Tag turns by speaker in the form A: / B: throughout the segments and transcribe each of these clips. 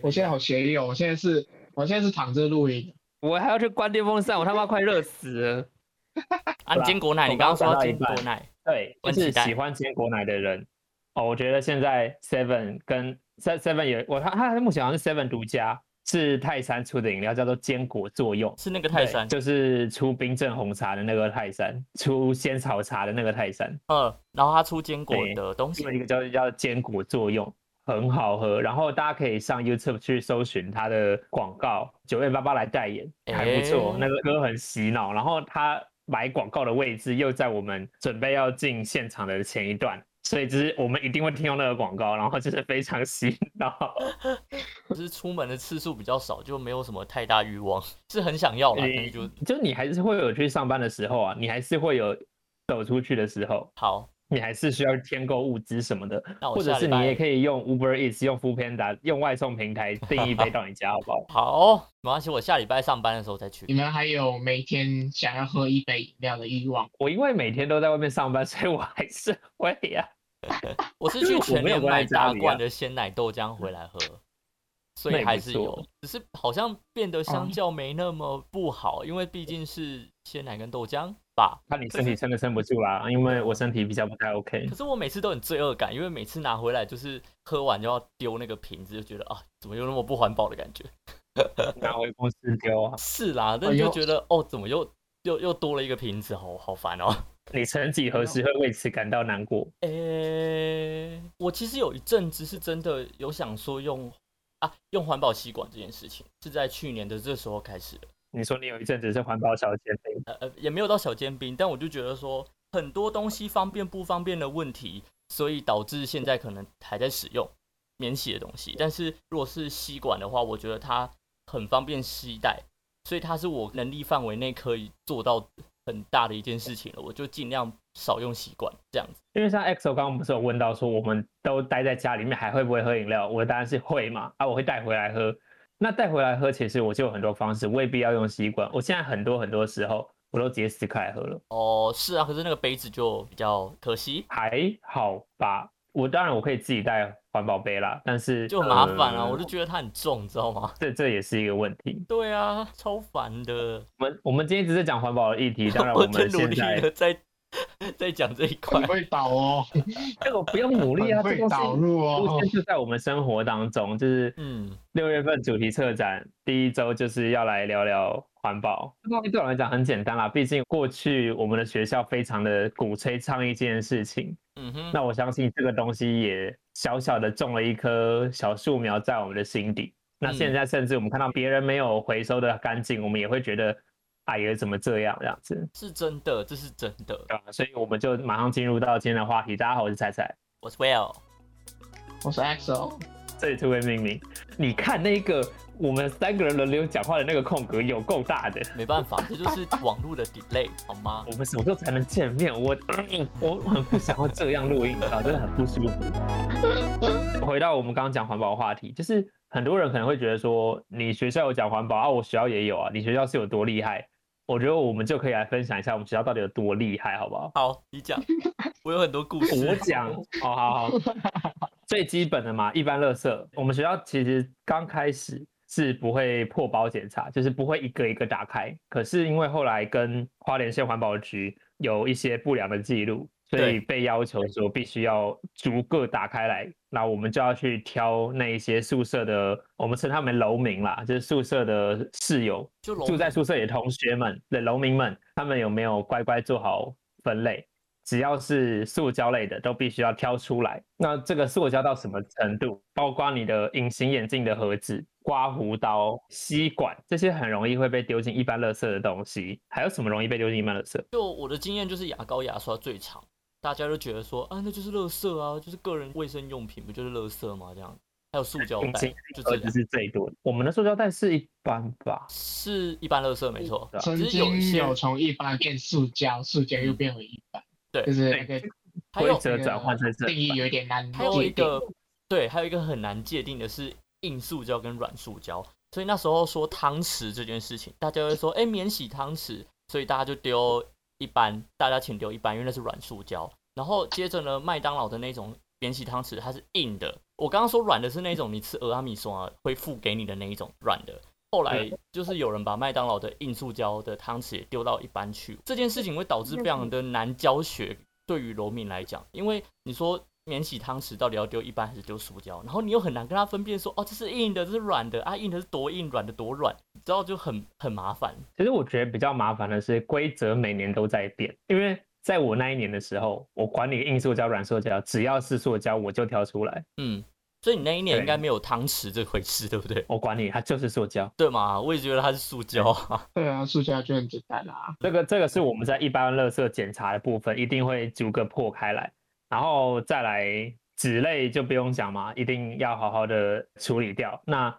A: 我现在好邪意哦，我现在是，我现在是躺着录音。
B: 我还要去关电风扇，我他妈快热死了。
C: 啊
D: 对，啊
C: 坚果奶，
D: 我
C: 你刚
D: 刚
C: 刚说
D: 讲
C: 到
D: 到一
C: 坚果
D: 半
C: 奶，
D: 对，
C: 我
D: 就
C: 很
D: 是
C: 期待
D: 喜欢坚果奶的人哦，我觉得现在 Seven 跟 Se- Seven 也我他他目前好像是 Seven 独家，是泰山出的饮料，叫做坚果作用。
C: 是那个泰
D: 对
C: 山，
D: 就是出冰镇红茶的那个泰山，出仙草茶的那个泰山，
C: 嗯，然后他出坚果
D: 对
C: 的东西
D: 另，外一个叫叫坚果作用，很好喝。然后大家可以上 YouTube 去搜寻它的广告，九月八八来代言，还不错，
C: 诶
D: 那个歌很洗脑。然后他买广告的位置又在我们准备要进现场的前一段。所以就是我们一定会听到那个广告，然后就是非常洗脑。
C: 就是出门的次数比较少，就没有什么太大欲望， 是很想要啦，
D: 诶
C: 但是就
D: 就你还是会有去上班的时候啊，你还是会有走出去的时候，
C: 好。
D: 你还是需要添购物资什么的，
C: 那我
D: 或者
C: 哦下
D: 是
C: 礼
D: 你也
C: 拜
D: 可以用 Uber Eats、用 Foodpanda、用外送平台订一杯到你家，好不好？
C: 好，没关系，我下礼拜上班的时候再
A: 你
C: 去。
A: 们还有每天想要喝一杯饮料的欲望？
D: 我因为每天都在外面上班， 所以我还是会呀、
C: 我是去
D: 我
C: 全
D: 没有
C: 联
D: 关在
C: 买
D: 家
C: 大
D: 里啊
C: 罐的鲜奶豆浆 回来喝，所
D: 那
C: 以
D: 也
C: 还
D: 不
C: 是
D: 错
C: 有，只是好像变得相
A: 嗯
C: 较没那么不好，因为毕竟是鲜奶跟豆浆吧。
D: 怕你身体撑都撑不住啦，因为我身体比较不太 OK
C: 可。是我每次都很罪恶感，因为每次拿回来就是喝完就要丢那个瓶子，就觉得啊，怎么又那么不环保的感觉？
D: 拿回公司丢啊，
C: 是啦，
A: 哎
C: 但就
A: 呦
C: 觉得哦，怎么又又又多了一个瓶子，好好烦哦。
D: 你曾几何时会为此感到难过？
C: 诶、我其实有一阵子是真的有想说用啊用环保吸管这件事情，是在去年的这时候开始的。
D: 你说你有一阵子是环保小尖兵，
C: 呃呃，也没有到小尖兵，但我就觉得说很多东西方便不方便的问题，所以导致现在可能还在使用免洗的东西。但是如果是吸管的话，我觉得它很方便吸带，所以它是我能力范围内可以做到很大的一件事情了。我就尽量少用吸管这样子。
D: 因为像 EXO 刚刚不是有问到说我们都待在家里面还会不会喝饮料？我的答案是会嘛，啊，我会带回来喝。那带回来喝，其实我就有很多方式，未必要用吸管。我现在很多很多时候我都直接撕开来喝了。
C: 哦，是啊，可是那个杯子就比较可惜，
D: 还好吧。我当然我可以自己带环保杯啦，但是
C: 就很麻烦啊。
D: 呃
C: 我就觉得它很重，你知道吗？
D: 这这也是一个问题。
C: 对啊，超烦的。
D: 我们我们今天一直在讲环保的议题，当 然
C: 我
D: 们
C: 正努
D: 现
C: 力
D: 在
C: 的在 在讲这一块
A: 很。会倒哦，
D: 这个不用努力啊，
A: 很
D: 这
A: 会
D: 东
A: 导
D: 西
A: 入
D: 出
A: 哦
D: 现。就在我们生活当中。就是
C: 嗯，
D: 六月份主题策展第一周就是要来聊聊环保。这东西对我来讲很简单啦，毕竟过去我们的学校非常的鼓吹倡议这件事情，
C: 嗯哼，
D: 那我相信这个东西也小小的种了一棵小树苗在我们的心底。那
C: 嗯
D: 现在甚至我们看到别人没有回收的干净，我们也会觉得，哎呀怎么这样这样子，
C: 是真的，这是真的。
D: 对吧？啊所以我们就马上进入到今天的话题。大家好，我是彩彩，
C: 我是 Will，
A: 我是 XO，
D: 这里是为命名。你看那个我们三个人轮流讲话的那个空格有够大的，
C: 没办法，这就是网络的 delay 好吗？
D: 我们什么时候才能见面？我我很不想要这样录音，你知道，真的很不舒服。回到我们刚刚讲环保的话题，就是很多人可能会觉得说，你学校有讲环保啊，我学校也有啊，你学校是有多厉害？我觉得我们就可以来分享一下我们学校到底有多厉害，好不好？
C: 好，你讲，我有很多故
D: 我
C: 事。
D: 讲，哦，好好，最基本的嘛，一般垃圾，我们学校其实刚开始是不会破包检查，就是不会一个一个打开。可是因为后来跟花莲县环保局有一些不良的记录，所以
C: 对
D: 被要求说必须要逐个打开来。那我们就要去挑那一些宿舍的，我们称他们楼民啦，就是宿舍的室友，
C: 就龙
D: 住在宿舍里的同学们、对农民们，他们有没有乖乖做好分类？只要是塑胶类的，都必须要挑出来。那这个塑胶到什么程度？包括你的隐形眼镜的盒子、刮胡刀、吸管，这些很容易会被丢进一般垃圾的东西。还有什么容易被丢进一般垃圾？
C: 就我的经验就是牙膏、牙刷最长，大家都觉得说啊，那就是垃圾啊，就是个人卫生用品，不就是垃圾吗？这样，还有塑胶
D: 隐
C: 袋
D: 形，
C: 就这
D: 盒子
C: 样，
D: 是最多的。我们的塑胶袋是一般吧？
C: 是一般垃圾没错
D: 对。啊
A: 曾
C: 只是有
A: 经
C: 一些
A: 有从一般变塑胶，塑胶又变回一般，
C: 对
A: 就是
D: 对
A: 那个
C: 还
D: 规
C: 有
D: 则转换在这
A: 定义有点难
C: 还有一
A: 界定。
C: 个对，还有一个很难界定的是硬塑胶跟软塑胶，所以那时候说汤匙这件事情，大家会说哎、诶免洗汤匙，所以大家就丢一般，大家请丢一般，因为那是软塑胶。然后接着呢，麦当劳的那种免洗汤匙它是硬的。我刚刚说软的是那种你吃俄阿米索啊会付给你的那一种软的。后来就是有人把麦当劳的硬塑胶的汤匙也丢到一般去，这件事情会导致非常的难教学，对于农民来讲，因为你说免洗汤匙到底要丢一般还是丢塑胶，然后你又很难跟他分辨说哦这是硬的，这是软的啊，硬的是多硬，软的多软，你知道就很很麻烦。
D: 其实我觉得比较麻烦的是规则每年都在变，因为在我那一年的时候，我管你硬塑胶、软塑胶，只要是塑胶我就挑出来，
C: 嗯，所以你那一年
D: 对
C: 应该没有汤匙这回事，对不对？
D: 我管你它就是塑胶。
C: 对嘛，我也觉得它是塑胶啊。
A: 对啊，塑胶就很简单啦、
D: 这个这个是我们在一般垃圾检查的部分一定会逐个破开来，然后再来纸类就不用讲嘛，一定要好好的处理掉。那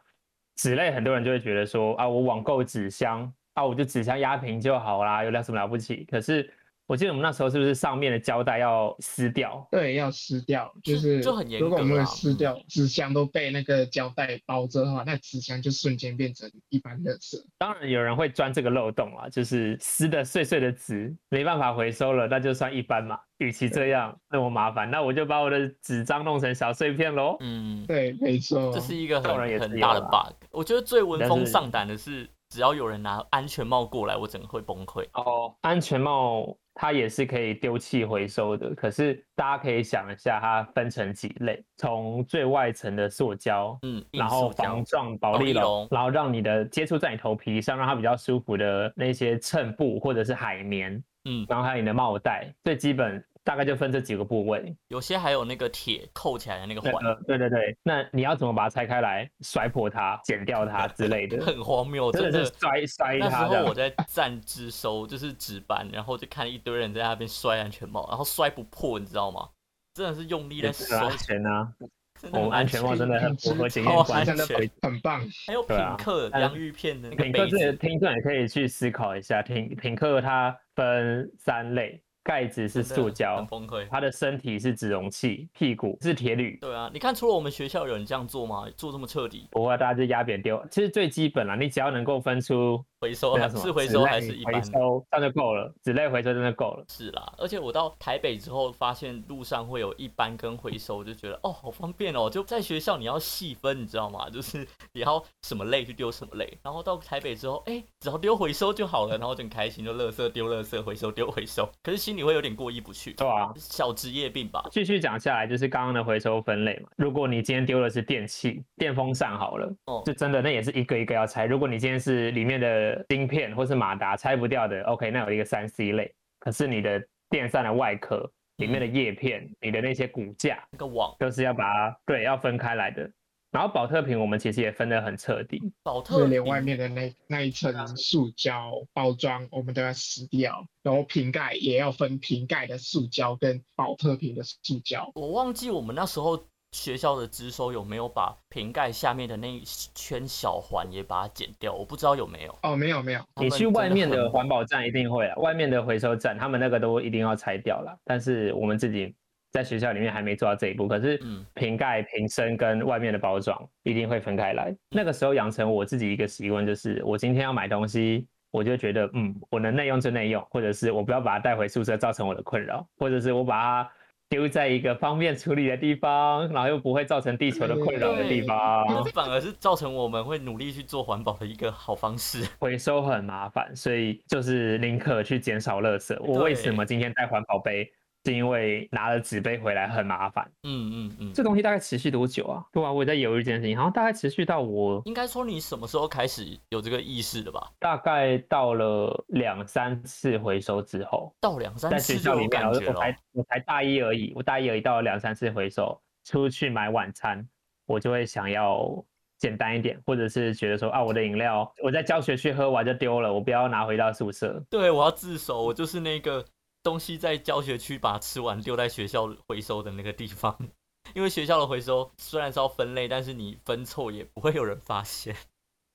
D: 纸类很多人就会觉得说啊，我网购纸箱啊，我就纸箱压平就好啦，有了什么了不起？可是我记得我们那时候是不是上面的胶带要撕掉？
A: 对，要撕掉，就是是
C: 就很严
A: 如果
C: 格
A: 没有
C: 啦嗯
A: 撕掉，纸箱都被那个胶带包着的话，那纸箱就瞬间变成一般垃圾。
D: 当然有人会钻这个漏洞啊，就是撕的碎碎的纸没办法回收了，那就算一般嘛。与其这样那么麻烦，那我就把我的纸张弄成小碎片喽。
C: 嗯，
A: 对，没错
C: 这。是一个
D: 这种人也
C: 很
D: 是
C: 很
D: 有
C: 大的
D: 啦
C: bug。我觉得最闻
D: 但
C: 风
D: 是
C: 丧胆的是，只要有人拿安全帽过来，我整个会崩溃。
D: 哦，安全帽它也是可以丢弃回收的，可是大家可以想一下，它分成几类，从最外层的塑胶，
C: 嗯，硬
D: 然后
C: 塑胶
D: 防。撞保
C: 保
D: 利
C: 利
D: 龙
C: 龙，
D: 然后让你的接触在你头皮上，让它比较舒服的那些衬布或者是海绵，
C: 嗯，
D: 然后还有你的帽带，最基本大概就分这几个部位。
C: 有些还有那个铁扣起来的那个
D: 那
C: 环，
D: 个对对对，那你要怎么把它拆开来，摔破它、剪掉它之类 的，
C: 很荒谬，
D: 真
C: 真
D: 的
C: 的
D: 是。摔摔
C: 那
D: 它
C: 时
D: 这
C: 候
D: 样
C: 我。在站支收，就是值班，然后就看一堆人在那边摔安全帽，然后摔不破，你知道吗？真的是用力在
D: 也是
C: 摔
D: 很， 安全啊，
C: 真的
D: 我
C: 很
D: 们安全帽真的很符合检验
C: 超
D: 观
C: 安
A: 真的
C: 全
D: 回
A: 很棒。
C: 还有
D: 对
C: 品
D: 啊
C: 客
D: 但
C: 洋芋片的那个
D: 品客
C: 杯
D: 这个
C: 子，
D: 听众也可以去思考一下，品品客它分三类，盖子是
C: 真的
D: 塑胶
C: 很，崩溃。
D: 它的身体是纸容器，屁股是铁铝。
C: 对啊，你看，除了我们学校有人这样做吗？做这么彻底，
D: 不过大家就压扁丢，其实最基本啦，你只要能够分出
C: 回收
D: 那叫
C: 还
D: 什么
C: 是回
D: 纸
C: 收还
D: 类
C: 是一
D: 回
C: 般
D: 收，这样就够了，纸类回收真的够了。
C: 是啦。而且我到台北之后，发现路上会有一般跟回收，我就觉得哦，好方便哦。就在学校你要细分，你知道吗？就是你要什么类就丢什么类。然后到台北之后，哎、只要丢回收就好了，然后就很开心，就垃圾丢垃圾，回收丢回收。可是心里会有点过意不去，
D: 对啊，
C: 小职业病吧。
D: 继续讲下来就是刚刚的回收分类嘛。如果你今天丢的是电器、电风扇好了，
C: 哦
D: 就真的那也是一个一个要拆。如果你今天是里面的晶片或是马达拆不掉的，OK，那有一个三 C 类。可是你的电扇的外壳、里面的叶片、你的那些骨架，
C: 嗯那个网
D: 都是要把它对要分开来的。然后保特瓶我们其实也分得很彻底，
C: 保特
A: 就连外
C: 瓶
A: 面的那那一层塑胶包装，我们都要撕掉，然后瓶盖也要分瓶盖的塑胶跟保特瓶的塑胶。
C: 我忘记我们那时候学校的支收有没有把瓶盖下面的那一圈小环也把它剪掉，我不知道有没有。
A: 哦，没有没有，
C: 他
D: 你
C: 们
D: 去外面
C: 真
D: 的
C: 很
D: 环保站一定会啦，外面的回收站他们那个都一定要拆掉啦。但是我们自己在学校里面还没做到这一步，可是
C: 嗯
D: 瓶盖、瓶身跟外面的包装一定会分开来。那个时候养成我自己一个习惯，就是我今天要买东西。我就觉得，嗯，我能内用就内用，或者是我不要把它带回宿舍造成我的困扰，或者是我把它丢在一个方便处理的地方，然后又不会造成地球的困扰的地
C: 对
D: 方。
C: 这反而是造成我们会努力去做环保的一个好方式。
D: 回收很麻烦，所以就是宁可去减少垃圾。我为什么今天带环保杯？是因为拿了纸杯回来很麻烦。
C: 嗯嗯嗯，
D: 这东西大概持续多久啊？对啊，我也在犹豫这件事情，好像大概持续到我
C: 应该说你什么时候开始有这个意识的吧？
D: 大概到了两三次回收之后，
C: 到两
D: 在
C: 三
D: 学
C: 次
D: 校
C: 就
D: 里
C: 有
D: 面，啊
C: 感
D: 我
C: 觉
D: 我
C: 了。
D: 才我才大一而已，我大一而已到了两三次回收，出去买晚餐，我就会想要简单一点，或者是觉得说啊，我的饮料我在教学区喝完就丢了，我不要拿回到宿舍。
C: 对，我要自首，我就是那个东西在教学区把它吃完丢在学校回收的那个地方， 因为学校的回收虽然是要分类，但是你分错也不会有人发现。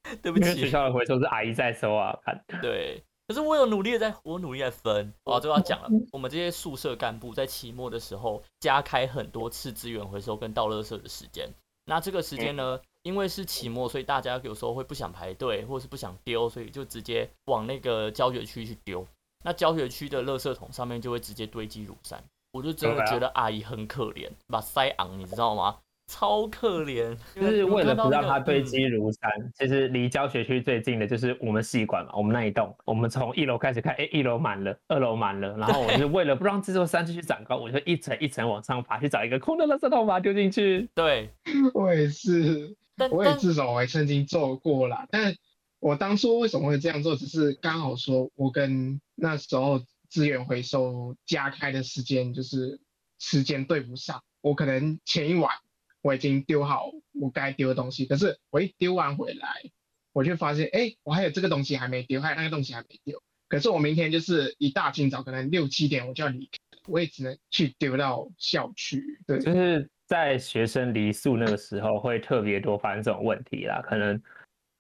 C: 对不
D: 因为学
C: 起，
D: 校的回收是阿姨在收啊，看
C: 对。可是我有努力的在，我努力在分。啊，这个要讲了，我们这些宿舍干部在期末的时候加开很多次资源回收跟倒垃圾的时间。那这个时间呢，因为是期末，所以大家有时候会不想排队，或者是不想丢，所以就直接往那个教学区去丢。那教学区的垃圾桶上面就会直接堆积如山。我就真的
D: 对啊
C: 觉得阿姨很可怜，把腮昂，你知道吗？超可怜，
D: 就是为了不让它堆
C: 嗯
D: 积如山，其实离教学区最近的就是我们系馆嘛，我们那一栋，我们从一楼开始看，哎，一楼满了，二楼满了，然后我
C: 对
D: 是为了不让这座山继续长高，我就一层一层往上爬，去找一个空的垃圾桶把它丢进去。
C: 对，
A: 我也是，
C: 但
A: 我也
C: 但
A: 至少我也曾经做过啦，但我当初为什么会这样做，只是刚好说我跟那时候资源回收加开的时间就是时间对不上，我可能前一晚我已经丢好我该丢的东西，可是我一丢完回来，我就发现哎、诶我还有这个东西还没丢，还有那个东西还没丢，可是我明天就是一大清早可能六七点我就要离开，我也只能去丢到校区，对。
D: 就是在学生离宿那个时候，会特别多发生这种问题啦。可能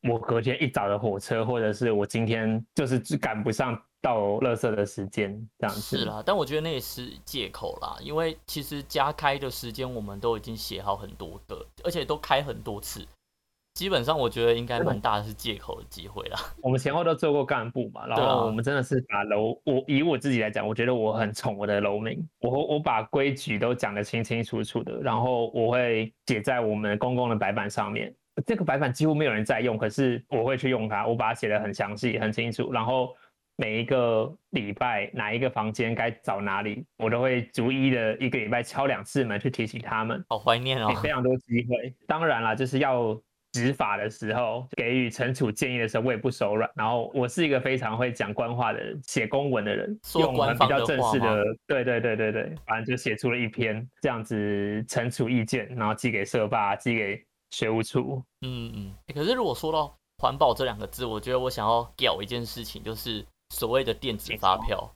D: 我隔天一早的火车，或者是我今天就是赶不上到垃圾的时间，这样子。
C: 是啦，但我觉得那也是借口啦，因为其实加开的时间我们都已经写好很多个，而且都开很多次，基本上我觉得应该蛮大的是借口的机会啦。
D: 我们前后都做过干部嘛，然
C: 对啊
D: 后我们真的是把楼，我以我自己来讲，我觉得我很宠我的楼民，我我把规矩都讲得清清楚楚的，然后我会写在我们公共的白板上面。这个白板几乎没有人在用，可是我会去用它，我把它写得很详细、很清楚，然后每一个礼拜哪一个房间该找哪里，我都会逐一的一个礼拜敲两次门去提醒他们。
C: 好怀念哦
D: 给，非常多机会。当然啦，就是要执法的时候，给予惩处建议的时候，我也不手软。然后我是一个非常会讲官话的人，写公文的人，
C: 说
D: 用
C: 官
D: 很比
C: 方
D: 较
C: 的
D: 正
C: 话
D: 式
C: 吗
D: 的，对对对对对，反正就写出了一篇这样子惩处意见，然后寄给社霸，寄给学务处。
C: 嗯嗯、欸可是如果说到环保这两个字，我觉得我想要屌一件事情，就是所谓的电子发票。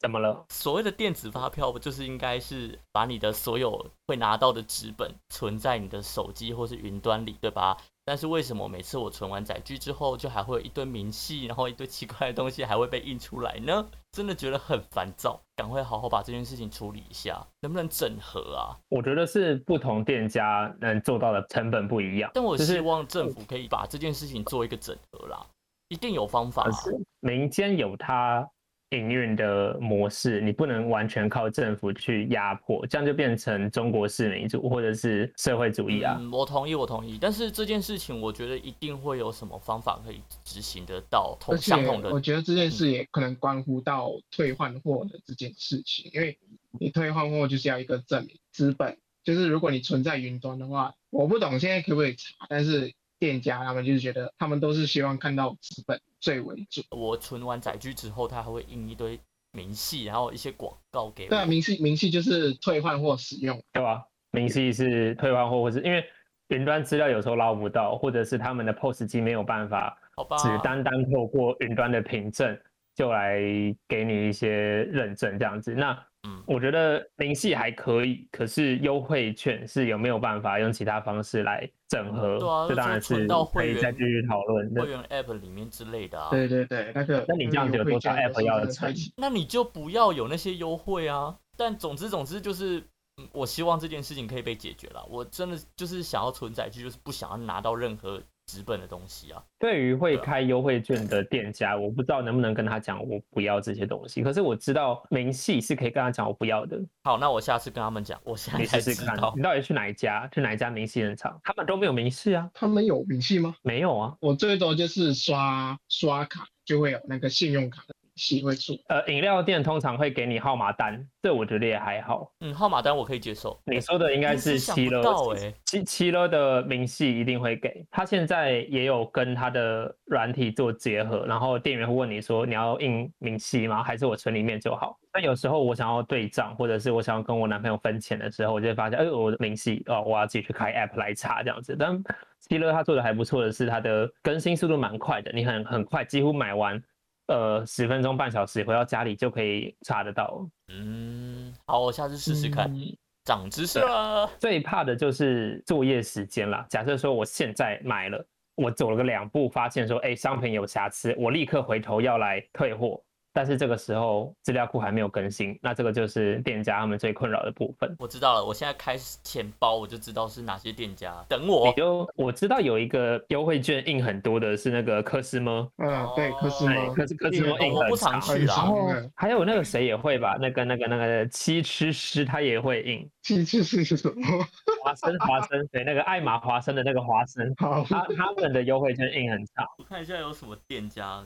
D: 怎么了？
C: 所谓的电子发票，不就是应该是把你的所有会拿到的纸本存在你的手机或是云端里，对吧？但是为什么每次我存完载具之后，就还会有一堆明细，然后一堆奇怪的东西还会被印出来呢？真的觉得很烦躁，赶快好好把这件事情处理一下，能不能整合啊？
D: 我觉得是不同店家能做到的成本不一样。
C: 但我
D: 就是
C: 希望政府可以把这件事情做一个整合啦，一定有方法啊、
D: 可是民间有它营运的模式，你不能完全靠政府去压迫，这样就变成中国式民主或者是社会主义啊。
C: 嗯，我同意，我同意。但是这件事情，我觉得一定会有什么方法可以执行得到同
A: 而且
C: 相同的嗯
A: 我觉得这件事也可能关乎到退换货的这件事情，因为你退换货就是要一个证明资本，就是如果你存在云端的话，我不懂现在可不可以查，但是店家他们就是觉得他们都是希望看到资本最为主。
C: 我存完载具之后，他还会印一堆明细，然后一些广告给我。
A: 对啊，明细明细就是退换货使用，
D: 对吧、明细是退换货，或是因为云端资料有时候捞不到，或者是他们的 POS 机没有办法
C: 好吧，
D: 只单单透过云端的凭证就来给你一些认证这样子。那
C: 嗯
D: 我觉得明细还可以，可是优惠券是有没有办法用其他方式来整合？
C: 对啊
D: 这当然
C: 就存
D: 是可
C: 到会
D: 以
C: 员
D: 再继续讨论的
C: 会。员 App 里面之类的啊。
A: 对对对，那个
D: 那你这样子有多少 app 要存
C: 那你就不要有那些优惠啊。但总之，总之就是，嗯我希望这件事情可以被解决了。我真的就是想要存载具，就是不想要拿到任何纸本的东西啊。
D: 对于会
C: 对啊
D: 开优惠券的店家，我不知道能不能跟他讲我不要这些东西，可是我知道明细是可以跟他讲我不要的。
C: 好，那我下次跟他们讲，我现在
D: 你
C: 才
D: 试
C: 知
D: 试看
C: 道，
D: 你。到底去哪一家？去哪一家明细很长？他们都没有明细啊，
A: 他们有明细吗？
D: 没有啊。
A: 我最多就是刷刷卡就会有那个信用卡的明细会出，
D: 呃，饮料店通常会给你号码单，这我觉得也还好。
C: 嗯，号码单我可以接受。
D: 你说的应该
C: 我只
D: 是
C: 哎想
D: 七
C: 不到
D: 乐
C: 欸，
D: 七七乐的明细一定会给。他现在也有跟他的软体做结合，然后店员会问你说你要印明细吗？还是我存里面就好？那有时候我想要对账，或者是我想要跟我男朋友分钱的时候，我就会发现，哎，我的明细哦，我要自己去开 app 来查这样子。但七乐他做的还不错的是，他的更新速度蛮快的，你很很快，几乎买完。呃，十分钟、半小时回到家里就可以查得到。
C: 嗯，好，我下次试试看，
A: 嗯
C: 长知识啊
D: 对
C: 了。
D: 最怕的就是作业时间啦。假设说我现在买了，我走了个两步，发现说，哎，商品有瑕疵，我立刻回头要来退货。但是这个时候资料库还没有更新，那这个就是店家他们最困扰的部分。
C: 我知道了，我现在开钱包我就知道是哪些店家等
D: 你
C: 我。
D: 就我知道有一个优惠券印很多的是那个科斯么，
A: 嗯，对，
C: 哦
A: 可是
D: 对，
A: 吗？
D: 科斯科斯
A: 印很
D: 么
A: 多
D: 印
C: 我
D: 很
C: 不常
D: 长
C: 嗯去
A: 很
C: 啦
D: 然
A: 长
D: 后
A: 的，
D: 还有那个谁也会吧，那个那个那个七吃师他也会印
A: 其实是哦什么？
D: 华生华生，对，那个爱玛华生的那个华生，
A: 好，
D: 他他们的优惠券印很长。
C: 我看一下有什么店家，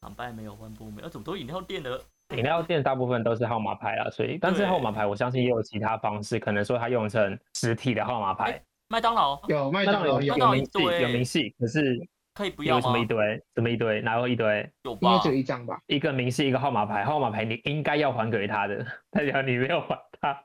C: 港拜没有，万波没有，啊怎么都饮料店的？
D: 饮料店大部分都是号码牌啦，所以但是号码牌我相信也有其他方式，可能说它用成实体的号码牌，
C: 麦当劳
A: 有麦
D: 那
A: 当
D: 当
A: 劳
D: 然
A: 有
D: 有
C: 麦当劳
D: 明细
C: 一堆
D: 有明细，可是
C: 可以不要
D: 有什
C: 吗
D: 么？一堆，什么一堆，然后一堆
C: 有
A: 应该
C: 吧
A: 只？有一张吧？
D: 一个明细一个号码牌，号码牌你应该要还给他的，代表你没有还他。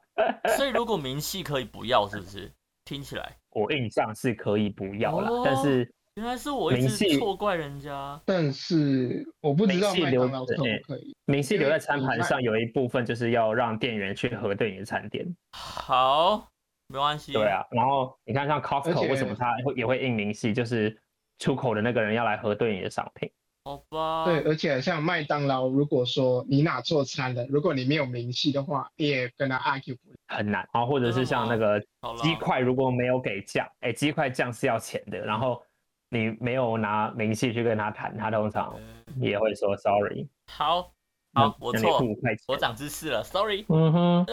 C: 所以如果明细可以不要，是不是？听起来
D: 我印象是可以不要啦，但
C: 哦
D: 是
C: 原来是我一
D: 明
C: 直
D: 细
C: 错怪人家。
A: 但是我不知道
D: 明细
A: 麦
D: 留哎
A: 当劳可不可以。
D: 明细
A: 因
D: 留
A: 为
D: 在餐
A: 你
D: 盘
A: 卖
D: 上有一部分就是要让店员去核对你的餐点。
C: 好，没关系。
D: 对，啊，然后你看像 Costco 为什么
A: 且
D: 它会也会印明细，就是出口的那个人要来核对你的商品。
C: 好吧。
A: 对，而且像麦当劳，如果说你哪做餐了，如果你没有明细的话，你也跟他 argue 不了。
D: 很难，然后或者
C: 真的
D: 是像
C: 吗
D: 那个
C: 好啦
D: 鸡块，如果没有给酱，哎，鸡块酱是要钱的，然后你没有拿明细去跟他谈，他通常
C: 嗯
D: 也会说 sorry，
C: 好，
D: 那
C: 好，我
D: 那你
C: 错
D: 付，五块
C: 我
D: 钱。
C: 长知识了，sorry。啊
D: 嗯哼，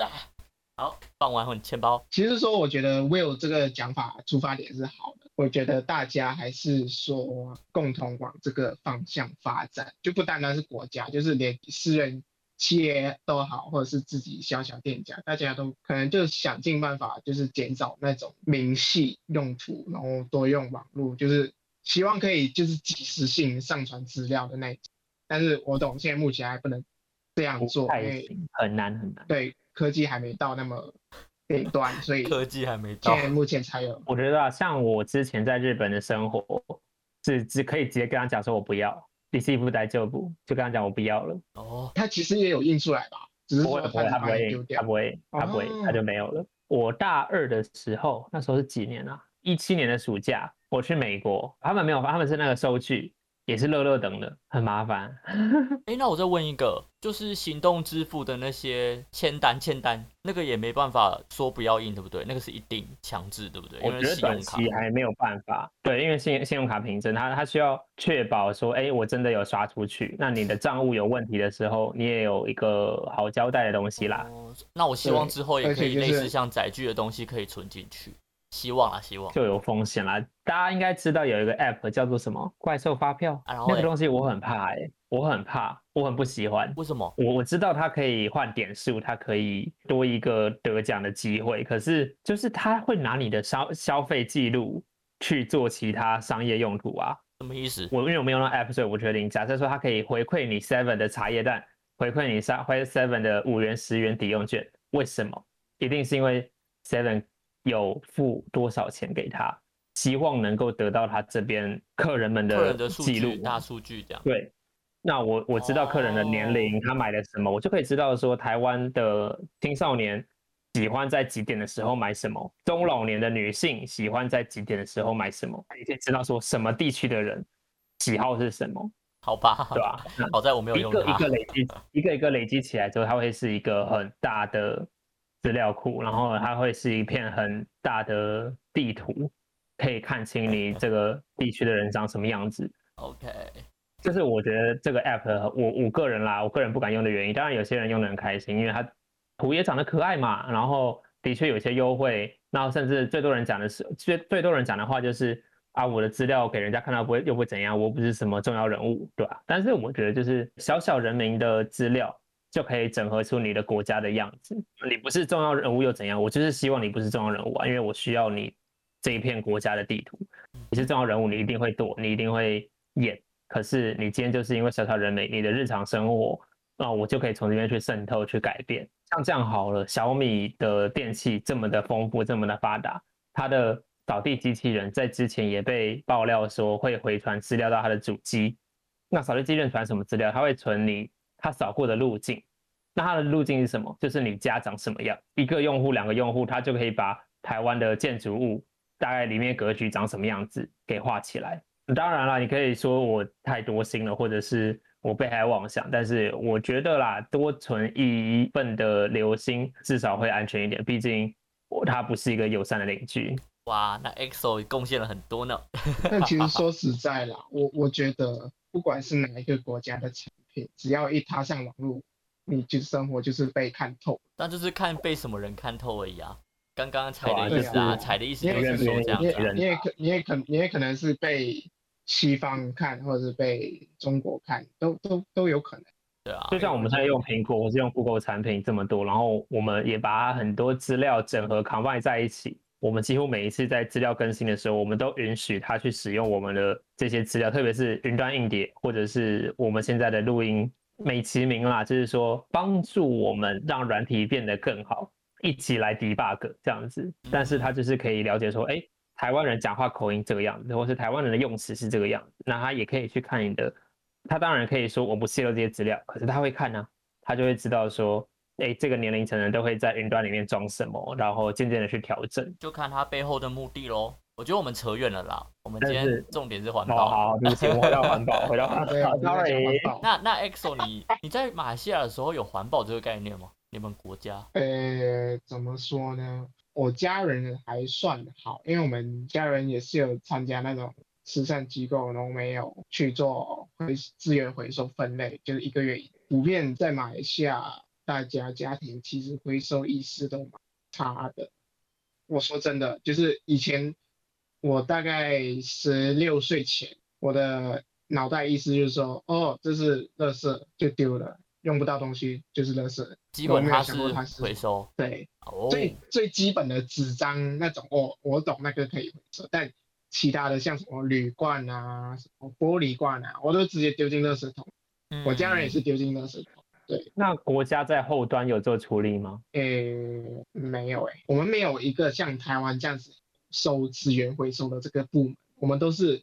C: 好，放完我钱包。
A: 其实说，我觉得 Will 这个讲法出发点是好的，我觉得大家还是说共同往这个方向发展，就不单单是国家，就是连私人企业都好，或者是自己小小店家，大家都可能就想尽办法，就是减少那种明细用途，然后多用网络，就是希望可以就是及时性上传资料的那一种。但是我懂，现在目前还不能这样做
D: 不，太
A: 因为
D: 行，很难很难。
A: 对科技还没到那么顶端，所以
C: 科技还没到
D: 哦
A: 现，在目前才有。
D: 我觉得啊，像我之前在日本的生活，是只可以直接跟他讲说我不要，第四不待就不，就跟他讲我不要了。
C: 哦，
A: 它其实也有印出来吧，只是
D: 不
A: 说
D: 会
A: 它只
D: 不会，他不
A: 把你丢
D: 会印，他
A: 掉哦
D: 不。会，他不会，他就没有了。我大二的时候，那时候是几年啊？一七年的暑假，我去美国，他们没有发，他们是那个收据，也是乐乐等的，很麻烦。
C: 哎，那我再问一个，就是行动支付的那些签单、签单，那个也没办法说不要印，对不对？那个是一定强制，对不对？
D: 我
C: 因为
D: 觉得
C: 信
D: 短
C: 用卡
D: 期还没有办法，对，因为信信用卡凭证，它它需要确保说，哎，我真的有刷出去，那你的账务有问题的时候，你也有一个好交代的东西啦。
C: 哦那我希望之后也
A: 而
C: 可
A: 且
C: 以
A: 就
C: 类
A: 是
C: 似像载具的东西可以存进去，希望啊，希望。
D: 就有风险啦。大家应该知道有一个 app 叫做什么“怪兽发票”，
C: 啊然后
D: 那个
C: 嘞
D: 东西我很怕哎、我很怕，我很不喜欢。
C: 为什么？
D: 我我知道它可以换点数，它可以多一个得奖的机会，可是就是它会拿你的消消费记录去做其他商业用途啊。
C: 什么意思？
D: 我因为我没有那 app，所以我不确定。假设说它可以回馈你 Seven 的茶叶蛋，回馈你三回 Seven 的五元、十元抵用券，为什么？一定是因为 Seven 有付多少钱给他，希望能够得到他这边客人们
C: 客
D: 的
C: 人的数
D: 记
C: 据、
D: 录。
C: 大数据这样。
D: 对，那我我知道客人的
C: 哦
D: 年龄，他买了什么，我就可以知道说台湾的青少年喜欢在几点的时候买什么，中老年的女性喜欢在几点的时候买什么，你可以知道说什么地区的人喜好是什么，
C: 好吧，
D: 对吧？那
C: 好在我啊没有
D: 一
C: 用
D: 个一
C: 它
D: 个。累积，一个一个累积起来之后，它会是一个很大的资料库，然后它会是一片很大的地图，可以看清你这个地区的人长什么样子。
C: OK，
D: 这是我觉得这个 app 的我我个人啦，我个人不敢用的原因。当然有些人用的很开心，因为它图也长得可爱嘛，然后的确有些优惠，然后甚至最多人讲的是最最多人讲的话就是啊，我的资料给人家看到不会又不会怎样，我又不是什么重要人物，对吧、但是我觉得就是小小人民的资料就可以整合出你的国家的样子。你不是重要人物又怎样？我就是希望你不是重要人物啊，因为我需要你这一片国家的地图。你是重要人物，你一定会躲，你一定会演。可是你今天就是因为小小人美，你的日常生活，那我就可以从这边去渗透、去改变。像这样好了，小米的电器这么的丰富，这么的发达，它的扫地机器人在之前也被爆料说会回传资料到它的主机。那扫地机器人传什么资料？它会存你它扫过的路径。那它的路径是什么？就是你家长什么样，一个用户、两个用户，它就可以把台湾的建筑物大概里面格局长什么样子给画起来。当然啦，你可以说我太多心了，或者是我被害妄想，但是我觉得啦，多存一份的流星至少会安全一点，毕竟我他不是一个友善的邻居。
C: 哇，那 EXO 贡献了很多呢。
A: 但 其实说实在啦，我我觉得不管是哪一个国家的产品，只要一踏上网络，你就生活就是被看透。
C: 那就是看被什么人看透而已啊。刚刚踩
D: 对啊
C: 的意思
A: 对
C: 啊，
A: 啊
C: 踩的意思
A: 因
C: 就
A: 为
C: 是说这样
A: 你也
C: 子啊、
D: 人
A: 你也可你也可你也可能是被西方看，或者是被中国看，都都都有可能。
C: 对啊。
D: 就像我们现在用苹果或是用 Google 产品这么多，然后我们也把很多资料整合 combine 在一起。我们几乎每一次在资料更新的时候，我们都允许它去使用我们的这些资料，特别是云端硬碟或者是我们现在的录音，美其名啦，就是说帮助我们让软体变得更好，一起来 debug 这样子。但是它就是可以了解说，哎，台湾人讲话口音这个样子，或是台湾人的用词是这个样子，那他也可以去看你的他当然可以说我不泄露这些资料，可是他会看啊，他就会知道说，哎，这个年龄层的人都会在云端里面装什么，然后渐渐的去调整。
C: 就看他背后的目的喽。我觉得我们扯远了啦，我们今
D: 但是
C: 天重点是环
D: 好
C: 保。
D: 哦好好，对不起，我们回到环保，回到环
A: 啊，
D: 保
A: 对啊，你在讲环
D: ，sorry。
A: 保。
C: 那那 EXO，你你在马来西亚的时候有环保这个概念吗？你们国家？
A: 呃，怎么说呢？我家人还算好，因为我们家人也是有参加那种慈善机构，然后没有去做回资源回收分类，就是一个月一。普遍在马来西亚，大家家庭其实回收意识都蛮差的。我说真的，就是以前我大概十六岁前，我的脑袋意思就是说，哦，这是垃圾就丢了，用不到东西就是垃圾。
C: 基
A: 我
C: 本
A: 没有
C: 它
A: 想过它是
C: 回收
A: 对，
C: 哦，
A: 最最基本的纸张那种，我我懂那个可以回收，但其他的像什么铝罐啊、什么玻璃罐啊，我都直接丢进垃圾桶。
C: 嗯
A: 我家人也是丢进垃圾桶。
D: 那国家在后端有做处理吗？
A: 诶、没有诶、我们没有一个像台湾这样子收资源回收的这个部门，我们都是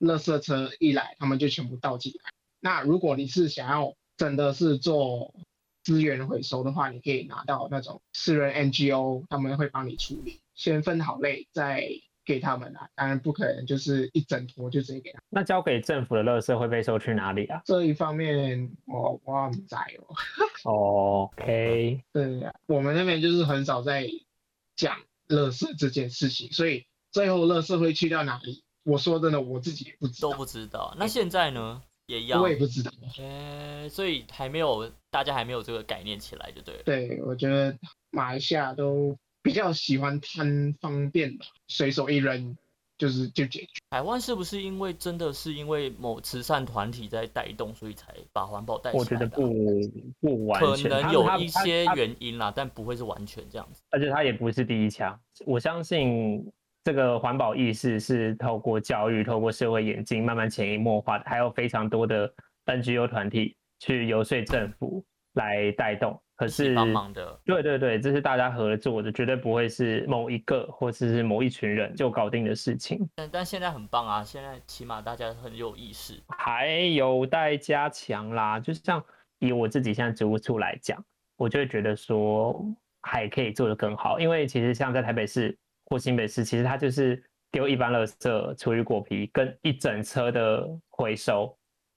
A: 垃圾车一来，他们就全部倒进来。那如果你是想要真的是做资源回收的话，你可以拿到那种私人 NGO，他们会帮你处理，先分好类再给他们啦。当然不可能就是一整坨就直接给他。
D: 那交给政府的垃圾会被收去哪里啊？
A: 这一方面我我很在哦。
D: 哦，OK，
A: 对呀、我们那边就是很少在讲垃圾这件事情，所以最后垃圾会去到哪里，我说真的，我自己也不知
C: 嗯都
A: 道，
C: 不知道。那现在呢？也一样
A: 我。也不知道。
C: 呃，所以还没有，大家还没有这个概念起来，就对了。
A: 对，我觉得马来西亚都比较喜欢贪方便吧，随手一扔就是就解决。
C: 台湾是不是因为真的是因为某慈善团体在带动，所以才把环保带起来
D: 我
C: 的
D: 觉
C: 啊？
D: 得不不完
C: 可
D: 全，他
C: 能
D: 们
C: 有
D: 他
C: 一
D: 他
C: 些
D: 他
C: 原因啦，但不会是完全这样子。
D: 而且他也不是第一枪。我相信这个环保意识是透过教育、透过社会演进，慢慢潜移默化的，还有非常多的 NGO 团体去游说政府来带动。可
C: 一起
D: 是，
C: 帮忙的，
D: 对对对，这是大家合作的，绝对不会是某一个或者是某一群人就搞定的事情，
C: 但但现在很棒啊！现在起码大家很有意识，
D: 还有待加强啦。就像以我自己现在职务处来讲，我就会觉得说还可以做得更好，因为其实像在台北市或新北市，其实它就是丢一般垃圾、厨余果皮跟一整车的回收，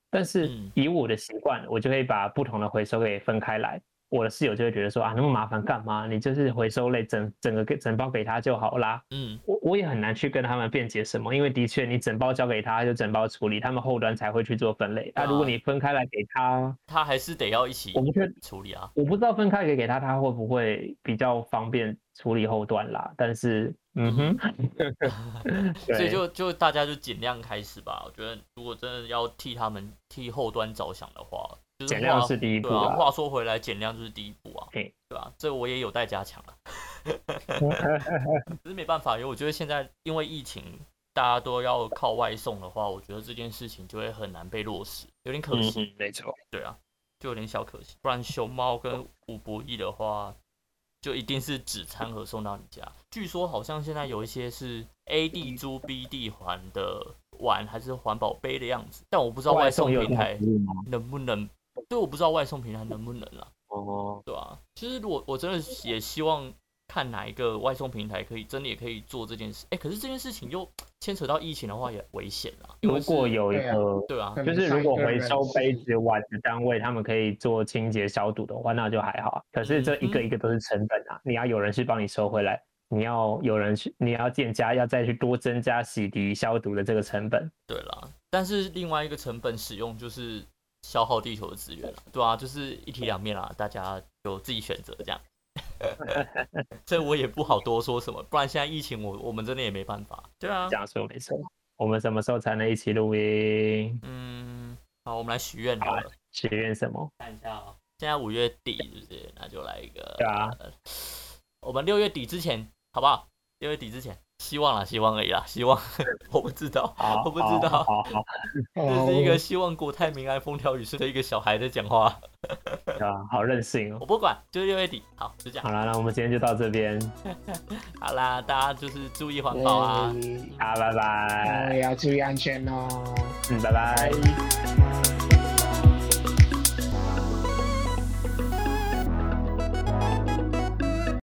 D: 但是
C: 嗯
D: 以我的习惯，我就会把不同的回收给分开来。我的室友就会觉得说啊，那么麻烦干嘛？你就是回收类整整个给整包给他就好啦。
C: 嗯，
D: 我我也很难去跟他们辩解什么，因为的确你整包交给他他就整包处理，他们后端才会去做分类。那、如果
C: 啊
D: 你分开来给他，
C: 他还是得要一起
D: 我不确
C: 处理啊。
D: 我不知道分开给给他，他会不会比较方便处理后端啦？但是，嗯哼，
C: 所
D: 对
C: 以就就大家就尽量开始吧。我觉得如果真的要替他们替后端着想的话，就是
D: 减量
C: 话
D: 是第一步
C: 对啊。
D: 啦。
C: 话说回来，减量就是第一步啊，
D: 嘿
C: 对吧、这我也有待加 强啊。只是没办法，因为我觉得现在因为疫情，大家都要靠外送的话，我觉得这件事情就会很难被落实，有点可
D: 嗯
C: 惜。
D: 哼，没错。
C: 对啊，就有点小可惜。不然熊猫跟吴博弈的话，就一定是只餐盒送到你家。据说好像现在有一些是 A 地租 B 地还的碗，还是环保杯的样子，但我不知道外送
D: 有
C: 平台
D: 服务吗？
C: 能不能，对，我不知道外送平台能不能啊，
D: 哦，
C: 对啊，其实我我真的也希望看哪一个外送平台可以真的也可以做这件事。哎、可是这件事情又牵扯到疫情的话也危险啊。因为
D: 如果
C: 是
D: 有一
A: 对啊
D: 个
C: 对啊，
A: 可
D: 就
A: 能
D: 是
A: 上
D: 如
A: 一
D: 果
A: 个
D: 回
A: 人
D: 收杯
A: 是
D: 子、碗的单位，他们可以做清洁消毒的话，那就还好啊。可是这一个
C: 嗯
D: 一个都是成本啊，你要有人去帮你收回来，你要有人去，你要店家要再去多增加洗涤消毒的这个成本。
C: 对啦，但是另外一个成本使用就是消耗地球的资源了，对啊，就是一体两面啦，大家有自己选择这样。这我也不好多说什么，不然现在疫情我我们真的也没办法。对啊
D: 这，样说没错。我们什么时候才能一起录音？
C: 嗯，好，我们来许愿好了，
D: 许愿什么？
C: 看一下哦。现在五月底是不是？那就来一个。
D: 对啊
C: 呃，我们六月底之前好不好？六月底之前，希望啦，希望而已啦，希望。 我不 知道，
D: 好，
C: 我不知道。
D: 好好好，
A: 哦
C: 这是一个希望国泰民安、风调雨顺的一个小孩在讲话。
D: 对啊，好任性
C: 我
D: 哦。
C: 不管，就是六月底。好，就这
D: 好
C: 样。
D: 啦，那我们今天就到这边，
C: 好啦，大家就是注意环保啊。
A: 嗯
D: 好，拜
A: 然后
D: 拜，
A: 也要注意安全哦。
D: 嗯，拜拜。
A: 拜